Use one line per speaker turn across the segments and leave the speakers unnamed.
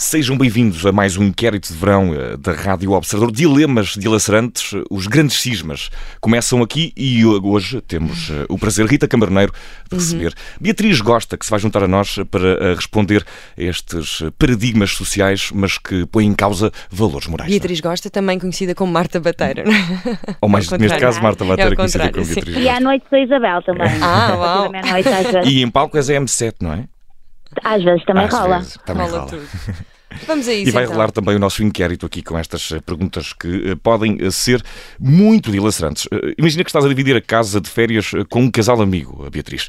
Sejam bem-vindos a mais um inquérito de verão eh, da Rádio Observador. Dilemas dilacerantes, eh, os grandes cismas começam aqui e ho- hoje temos eh, o prazer, Rita Camarneiro, de
Uhum.
receber Beatriz Gosta, que se vai juntar a nós eh, para eh, responder a estes eh, paradigmas sociais, mas que põem em causa valores morais. não é?
Beatriz Gosta, também conhecida como Marta Bateira. não é?
Ou mais,
Ao
neste
contrário.
caso, Marta
É
Bateira,
ao
conhecida
contrário,
como
sim.
Beatriz
E à
Gosta.
noite sou Isabel também.
Ah, uau.
Também à noite, às vezes,
E em palco és a M7, não é?
às vezes também
Às
rola.
vezes, também
Rola
rola.
tudo. Vamos a isso.
E vai
então.
rolar também o nosso inquérito aqui com estas eh, perguntas que eh, podem eh, ser muito dilacerantes. Eh, Imagina que estás a dividir a casa de férias eh, com um casal amigo, a Beatriz.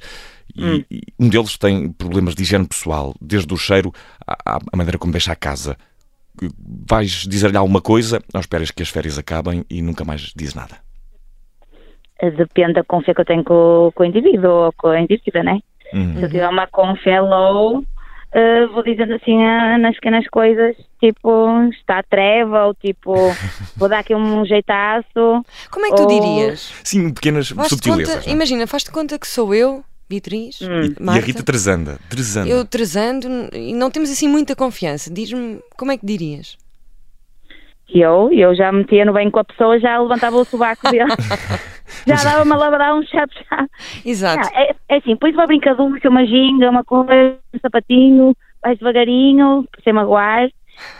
E,
Hum.
e um deles tem problemas de higiene pessoal, desde o cheiro à, à- à maneira como deixa a casa. Eh, Vais dizer-lhe alguma coisa, ou esperas que as férias acabem e nunca mais diz nada.
Eh, Depende da confia que eu tenho com, com o indivíduo ou com a indivídua, né?
Uhum.
Se eu tiver uma confia low, eh, vou dizendo assim ah, nas pequenas coisas, tipo, está a treva, ou tipo, vou dar aqui um jeitaço.
Como é que tu
Ou-
dirias?
Sim, pequenas
Faz-te
subtilezas.
conta,
não é?
imagina, faz-te conta que sou eu, Beatriz,
E a
Hum, Marta,
Rita Trezanda. Trezanda.
eu trezando e não temos assim muita confiança. Diz-me como é que dirias?
E eu, eu já metia no bem com a pessoa, já levantava o sovaco dele. já dava uma lavada, um chap-chap.
Exato.
Não, é, é assim, põe uma brincadura, uma ginga, uma coisa, um sapatinho, vais devagarinho, para sem magoar.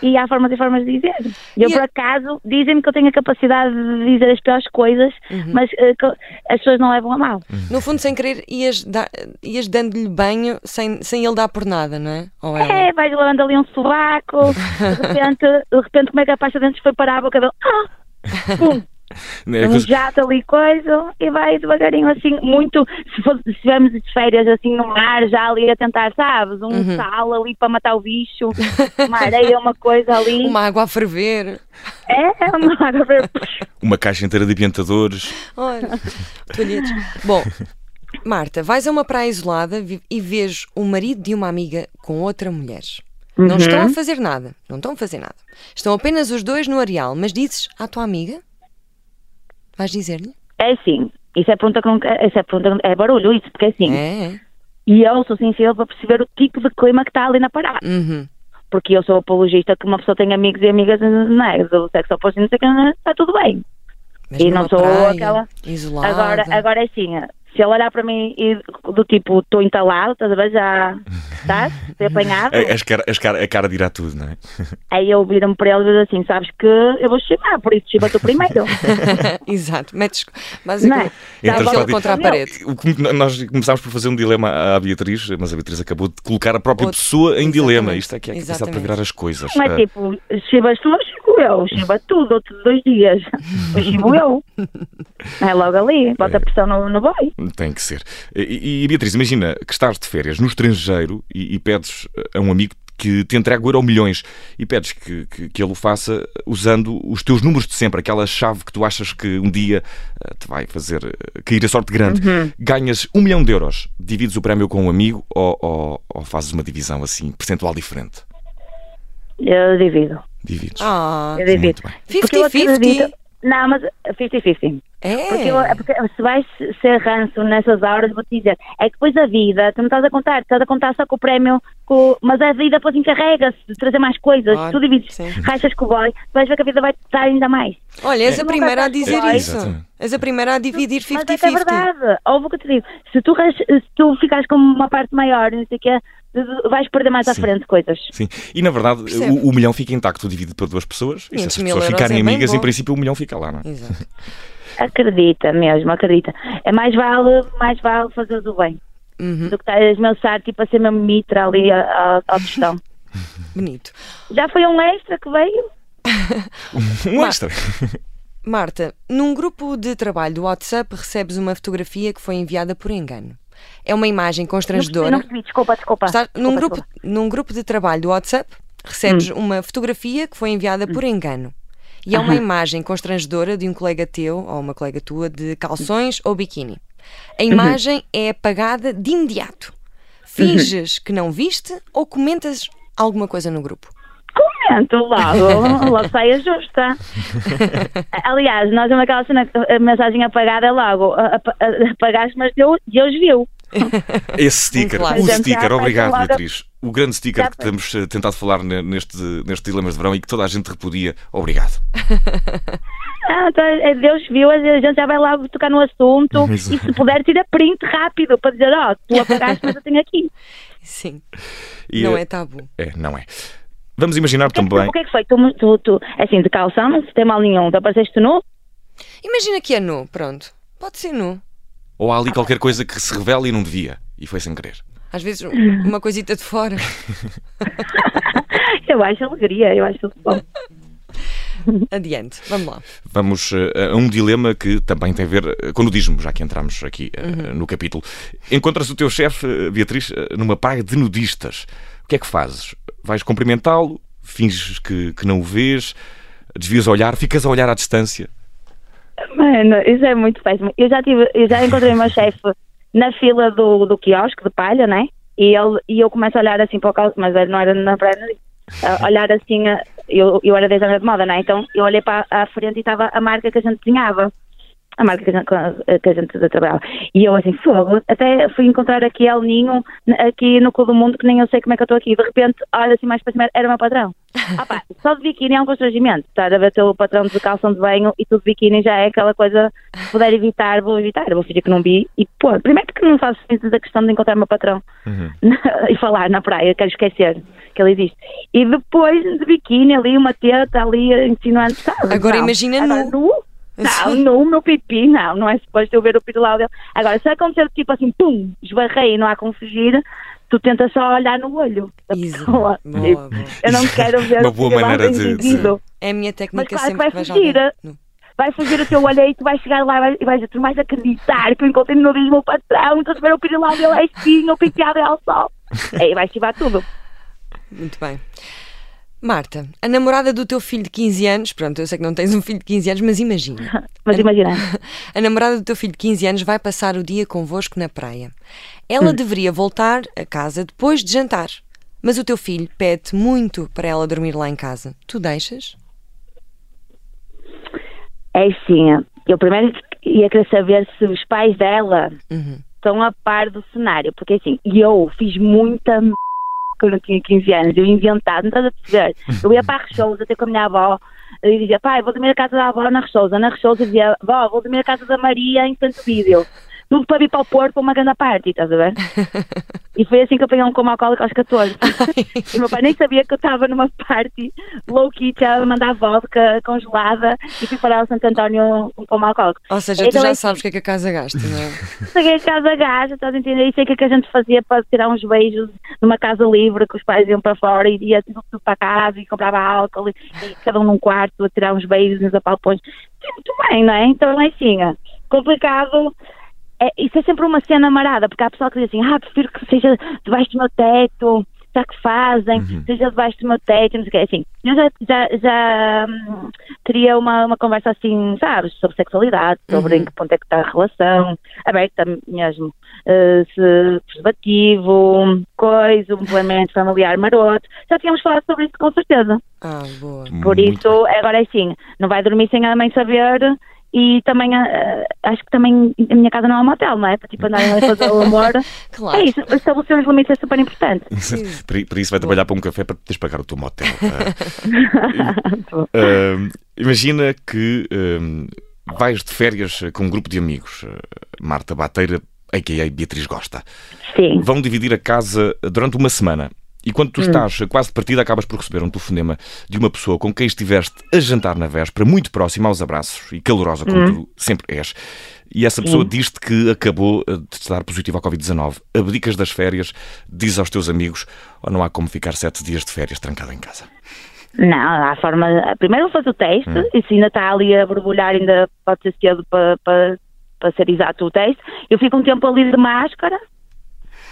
E há formas e formas de dizer. E Eu,
E
por
a-
acaso, dizem-me que eu tenho a capacidade de dizer as piores coisas, mas eh, que as pessoas não levam a mal.
No fundo, sem querer, ias, dar- ias dando-lhe banho sem, sem ele dar por nada, não é? Ou ela?
É, vais levando ali um sovaco, de repente, de repente como é que a pasta de dentes foi parar a boca dele? Ah! Pum,
É
um
coisa-
jato ali, coisa, e vai devagarinho, assim, muito. Se for- se estivermos de férias, assim, no mar, já ali a tentar, sabes? Um
Uhum.
sal ali para matar o bicho, uma areia, uma coisa ali.
Uma água a ferver.
É, é uma água ver-
Uma caixa inteira de ambientadores.
Olha, toalhetes. Bom, Marta, vais a uma praia isolada vi- e vês o marido de uma amiga com outra mulher.
Uhum.
Não estão a fazer nada, não estão a fazer nada. Estão apenas os dois no areal, mas dizes à tua amiga? Vais dizer-lhe?
É assim, isso é pergunta que nunca. Essa é pergunta. que- É barulho, isso, porque é assim.
É, é.
E eu sou sensível para perceber o tipo de clima que está ali na parada.
Uhum.
Porque eu sou apologista que uma pessoa tem amigos e amigas, não é? Do sexo oposto, não sei o que, está tudo bem.
Mas
E não
numa
sou
praia,
aquela-
Isolada.
Agora, agora é assim, se ele olhar para mim e do tipo, estou entalado, estás a ver? Já estás? Fui apanhado.
A, é, as cara, as cara- a cara dirá tudo, não é?
Aí eu viro-me para ele e digo assim: sabes que eu vou chamar, por isso chama tu primeiro.
Exato, metes
Não é?
basicamente
Entras
aquilo
para-
contra a
Não.
parede.
O que- Nós começámos por fazer um dilema à Beatriz, mas a Beatriz acabou de colocar a própria
Outro.
pessoa em dilema.
Exatamente.
Isto é que é a capacidade
Exatamente.
para virar as coisas.
Não é
Ah,
tipo, chibas tu ou chibo eu? Chiba tu, dou-te dois dias. Ou chibo eu. É logo ali, bota a pressão no, no boy.
Tem que ser. E, e, Beatriz, imagina que estás de férias no estrangeiro e, e pedes a um amigo que te entregue o euro milhões e pedes que, que, que ele o faça usando os teus números de sempre, aquela chave que tu achas que um dia ah, te vai fazer ah, cair a sorte grande. Ganhas um milhão de euros, divides o prémio com um amigo ou, ou- ou fazes uma divisão assim, percentual diferente?
Eu divido.
Divides.
Ah,
Eu divido.
Muito bem.
Porque eu
50-50.
acredito- Não, mas 50-50. Porque, eu-
É.
é porque se vais ser ranço nessas horas, vou-te dizer, é que depois a vida, tu não estás a contar, estás a contar só com o prémio, com- mas a vida depois encarrega-se de trazer mais coisas,
Claro,
tu divides,
sim.
rachas com o boy, tu vais ver que a vida vai te dar ainda mais.
Olha, és a
Nunca
primeira a
estás
dizer
igual.
isso.
Exatamente.
És a primeira a dividir
Mas é que é
50-50.
verdade, ouve o que eu te digo, se tu, rach- se tu ficares com uma parte maior, não sei o quê, vais perder mais à
Sim.
frente coisas.
Sim. E na verdade
Percebe?
o, o milhão fica intacto, dividido para duas pessoas. E se as
500 mil
pessoas
euros
ficarem
é bem
amigas,
bom.
em princípio o milhão fica lá, não é?
Exato.
Acredita mesmo, acredita. É mais vale, mais vale fazeres o bem.
Uhum.
Do que estar a esmiuçar, tipo a ser mesmo mitra ali a- a- ao tostão.
Bonito.
Já foi um extra que veio?
Um
Claro.
extra.
Marta, num grupo de trabalho do WhatsApp recebes uma fotografia que foi enviada por engano. É uma imagem
Não percebi,
constrangedora.
não percebi, desculpa, desculpa.
Estás num,
Desculpa,
grupo,
desculpa. Hum.
num grupo de trabalho do WhatsApp recebes uma fotografia que foi enviada por engano. E é uma imagem constrangedora de um colega teu ou uma colega tua de calções ou biquíni. A
Uhum.
imagem é apagada de imediato. Finges que não viste ou comentas alguma coisa no grupo.
Comento logo, logo saia justa. Aliás, nós é aquela cena que a mensagem apagada é logo. a- a- a- Apagaste, mas Deus, Deus viu.
Esse sticker,
clássico.
o
Mas,
sticker,
então,
obrigado
vai logo-
Beatriz. o grande sticker que temos eh, tentado falar neste, neste Dilemas de Verão e que toda a gente repudia. Obrigado.
Ah, então, Deus viu, a gente já vai lá tocar no assunto Isso. e se puder tira print rápido para dizer, ó, oh, tu apagaste, mas eu tenho aqui.
Sim. E não é, é tabu.
É, não é. Vamos imaginar
o que é que,
também.
O que é que foi? Tu, tu, tu, assim, de calção, não se tem mal nenhum, tu apareceste nu?
Imagina que é nu, pronto. Pode ser nu.
Ou há ali qualquer coisa que se revela e não devia, e foi sem querer.
Às vezes uma coisita de fora.
eu acho alegria, eu acho bom.
Adiante, vamos lá.
Vamos a um dilema que também tem a ver eh, com o nudismo, já que entramos aqui uhum. no capítulo. Encontras o teu chefe, eh, Beatriz, numa praia de nudistas. O que é que fazes? Vais cumprimentá-lo? Finges que, que não o vês? Desvias o olhar? Ficas a olhar à distância?
Mano, isso é muito péssimo. Eu já, tive, eu já encontrei o meu chefe na fila do, do quiosque de palha, né? E, ele, e eu começo a olhar assim para o calço, mas ele não era na praia, a olhar assim, eu, eu era designer de moda, né? Então eu olhei para a frente e estava a marca que a gente desenhava, a marca que a gente, que a gente trabalhava. E eu assim, fogo, até fui encontrar aqui El Ninho, aqui no Clube do Mundo, que nem eu sei como é que eu estou aqui. De repente, olha assim mais para cima, era o meu patrão. Opa, só de biquíni é um constrangimento, estar a ver teu patrão de calção de banho e tudo de biquíni já é aquela coisa, se puder evitar, vou evitar, vou fingir que não vi. E pô, primeiro porque não faço sentido da questão de encontrar o meu patrão uhum. e falar na praia, quero esquecer que ele existe. E depois de biquíni ali, uma teta ali insinuando. Sabe?
Agora não. imagina
Agora, nu. nu. Não, nu, meu pipi, não, não é suposto eu ver o pipi lá dele. Agora, se acontecer tipo assim, pum, esbarrei e não há como fugir, tu tentas só olhar no olho da
Isso.
pessoa.
Boa,
tipo,
boa.
Eu não quero ver
Uma boa maneira de,
de...
É a minha técnica
Mas, claro,
sempre
vai fugir. Vai fugir o teu olho aí, tu vais chegar lá e vais, vais, tu vais acreditar que eu encontrei no nariz meu patrão, estás a ver o pirilau dele é espinho, o penteado é ao sol. Aí vais tirar tudo.
Muito bem. Marta, a namorada do teu filho de 15 anos, pronto, eu sei que não tens um filho de 15 anos, mas imagina.
mas
a,
imagina.
A namorada do teu filho de 15 anos vai passar o dia convosco na praia. Ela hum. deveria voltar a casa depois de jantar, mas o teu filho pede muito para ela dormir lá em casa. Tu deixas?
É sim. Eu primeiro ia querer saber se os pais dela uhum. estão a par do cenário, porque assim, eu fiz muita merda quando eu tinha 15 anos, eu inventado, não estás a perceber? Eu ia para a Rechouza até com a minha avó e dizia, pai, vou dormir a casa da avó na Rechouza. Na Rechouza dizia, vó, vou dormir a casa da Maria em Santo Vídeo. Tudo para vir para o Porto para uma grande parte, estás a ver? E foi assim que eu peguei um coma alcoólico aos 14. E meu pai nem sabia que eu estava numa party low-key, a mandar vodka congelada e fui parar ao Santo António um coma alcoólico.
Ou seja, tu
Então,
já
é-
sabes o que é que a casa gasta, não é?
Cheguei a casa gaja, estás a entender? E sei o que é que a gente fazia para tirar uns beijos numa casa livre, que os pais iam para fora e ia tudo para casa e comprava álcool e, e cada um num quarto a tirar uns beijos nos apalpões. Sim, Muito bem, não é? Então lá em cima, complicado. É, isso é sempre uma cena marada, porque há pessoal que diz assim, ah, prefiro que seja debaixo do meu teto, já que fazem, seja debaixo do meu teto, não sei o quê. Assim, eu já, já, já, hum, teria uma, uma conversa assim, sabes, sobre sexualidade, sobre em que ponto é que está a relação, aberta mesmo, eh, se preservativo, coisa, um planeamento familiar maroto. Já tínhamos falado sobre isso com certeza.
Ah, boa.
Por
Muito
isso, agora é assim, não vai dormir sem a mãe saber e também ah, acho que também a minha casa não é um motel, não é? Para tipo andarem a fazer o amor.
Claro.
É isso, estabelecer os limites é super importante.
Por, por isso vai trabalhar para um café para poderes pagar o teu motel. Ah, ah, imagina que ah, vais de férias com um grupo de amigos, ah, Marta Bateira, a.k.a. Beatriz Gosta.
Sim.
Vão dividir a casa durante uma semana. E quando
Hum.
tu estás quase de partida, acabas por receber um telefonema de uma pessoa com quem estiveste a jantar na véspera, muito próxima aos abraços e calorosa como
Hum.
tu sempre és. E essa pessoa diz-te que acabou eh, de estar positiva à Covid-19. Abdicas das férias, diz aos teus amigos, ou não há como ficar sete dias de férias trancada em casa.
Não, há forma. Primeiro faz o teste,
Hum.
e se ainda está ali a borbulhar, ainda pode ser cedo para, para, para ser exato o teste. Eu fico um tempo ali de máscara,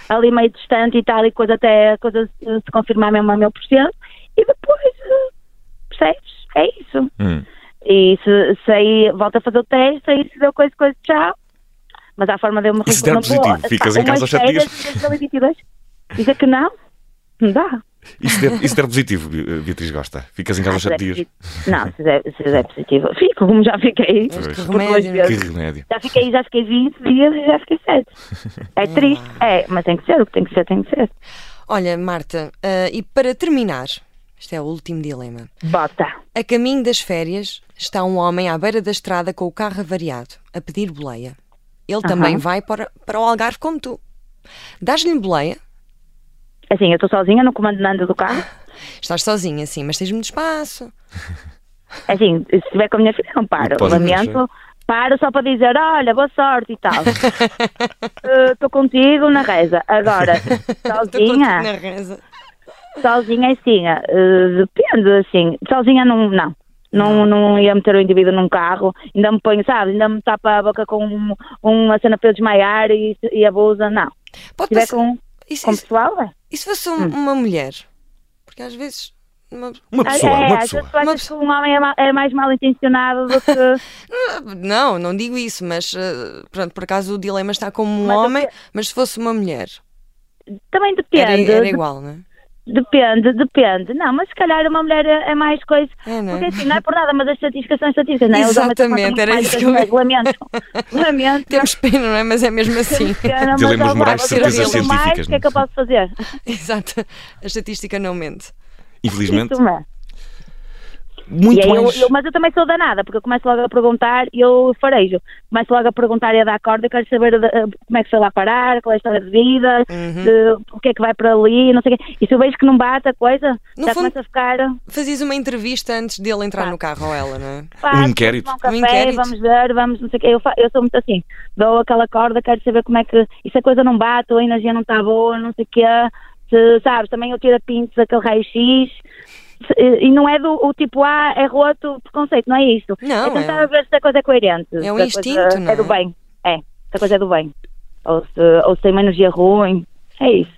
ali meio distante e tal, e coisa até a coisa se se confirmar mesmo a mil por cento, e depois, eh, percebes? É isso.
Hum.
E se, se aí volta a fazer o teste, aí se deu coisa, coisa, tchau. Mas há forma de eu me
E se der
recuperar uma boa.
positivo, ficas
Epá,
em casa
umas
aos sete dias?
férias de 2022. Dizer que não, não dá.
E se der, e se der positivo, Be- Beatriz Gosta? Ficas em casa
Ah,
aos
se der
sete dias.
positivo- Não, se der, se der é positivo. Fico, como já fiquei.
Pois.
por
Que
duas
remédio,
Que
vezes.
remédio. né?
Já fiquei, já fiquei 20 dias e já fiquei 7. É triste, é, mas tem que ser, o que tem que ser, tem que ser.
Olha, Marta, ah, e para terminar, este é o último dilema.
Bota.
A caminho das férias está um homem à beira da estrada com o carro avariado, a pedir boleia. Ele também vai para, para o Algarve como tu. Dás-lhe boleia,
Assim, eu estou sozinha no comando nada do carro.
estás sozinha, sim, mas tens muito espaço.
Assim, se estiver com a minha filha, não paro.
Não pode
Lamento, paro só para dizer: olha, boa sorte e tal. Eh, Estou contigo na reza. Agora,
Estou contigo Tá na
sozinha,
reza.
sozinha é assim, eh, depende, assim. Sozinha não. não. Não, não ia meter o indivíduo num carro, ainda me ponho, sabe? Ainda me tapa a boca com um- uma cena para eu desmaiar e, e abusa, não. Se
Pode
tiver
passar...
com, um
isso,
com
isso,
pessoal, é.
e se fosse um- uma mulher? Porque às vezes. uma-
Uma pessoa,
é,
uma
às vezes
pessoa.
tu achas
Uma pessoa.
que um homem é, ma- é mais mal intencionado do que.
Ah, Não, não digo isso, mas eh, pronto, por acaso o dilema está como um
Mas o
homem, mas se fosse uma mulher,
Também
era,
depende.
era igual, não é?
Depende, depende. Não, mas se calhar uma mulher é é mais coisa.
É, não é?
Porque assim, não é por nada, mas as estatísticas são estatísticas, não é? Os homens são
Exatamente,
muito
era
mais
isso
que
que eu
as mulheres.
ia-
Lamento. Lamento.
Temos pena, não é? Mas é mesmo assim.
Pena, mas
Dilemas
agora,
morais,
vocês
certezas
viram mais,
científicas,
O que é que eu posso fazer?
Exato. A estatística não mente.
Infelizmente.
Isso mesmo. é. E
Muito
aí eu-
mais.
eu- mas eu também sou danada, porque eu começo logo a perguntar e eu farejo. Começo logo a perguntar e a dar corda, eu quero saber da- como é que foi lá parar, qual é a história de vida,
Uhum.
de- o que é que vai para ali, não sei o quê. E se eu vejo que não bate a coisa,
No
já
fundo-
começa a ficar.
Fazias uma entrevista antes dele entrar no carro ou ela, não é?
Pá,
Um inquérito.
vamos tomar
Um
Um café,
inquérito.
vamos ver, vamos não sei o quê. Eu, fa- eu sou muito assim, dou aquela corda, quero saber como é que. E se a coisa não bate, ou a energia não está boa, não sei o quê. Se, sabes, também eu tiro a pintos, aquele raio-x. Se- E não é do o tipo, ah, é roto, preconceito, não é isso.
Não,
é tentar
é-
ver se a coisa é coerente.
É um
se a
instinto,
coisa
não é?
É do bem, é. Se a coisa é do bem. Ou se, ou se tem uma energia ruim, é isso.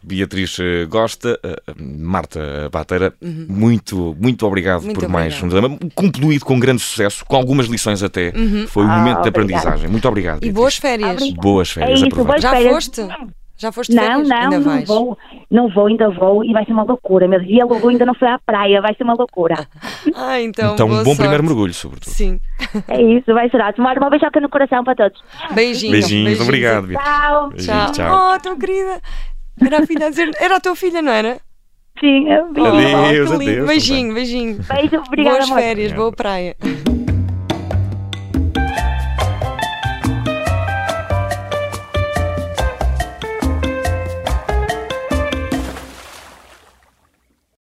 Beatriz eh, Gosta, eh, Marta Bateira, muito, muito obrigado
Muito
por mais
obrigada. Uhum.
um programa concluído com grande sucesso, com algumas lições até. Foi um
Ah,
momento de
obrigada.
aprendizagem. Muito obrigado.
E
Beatriz.
boas férias.
Boas
É
férias,
isso,
aproveita.
boas
Já
férias.
foste? Já foste de
Não,
férias?
não,
Ainda
não
vais.
vou. Não vou, ainda vou e vai ser uma loucura. Meu dia alugou ainda não foi à praia, vai ser uma loucura.
Ah, então.
Então, um
boa
bom
sorte.
primeiro mergulho, sobretudo.
Sim.
É isso, vai ser ótimo. Olha, Uma beijoca no coração para todos.
Beijinho.
Beijinhos, obrigado. Beatriz.
Tchau.
Beijinhos,
Tchau. Oh, tão querida. Era a filha a dizer. Era a tua filha, não era? Oh,
Sim, eu vi.
Adeus,
que lindo.
adeus,
Beijinho, beijinho.
Beijo, obrigada,
Boas
amor.
férias, boa praia.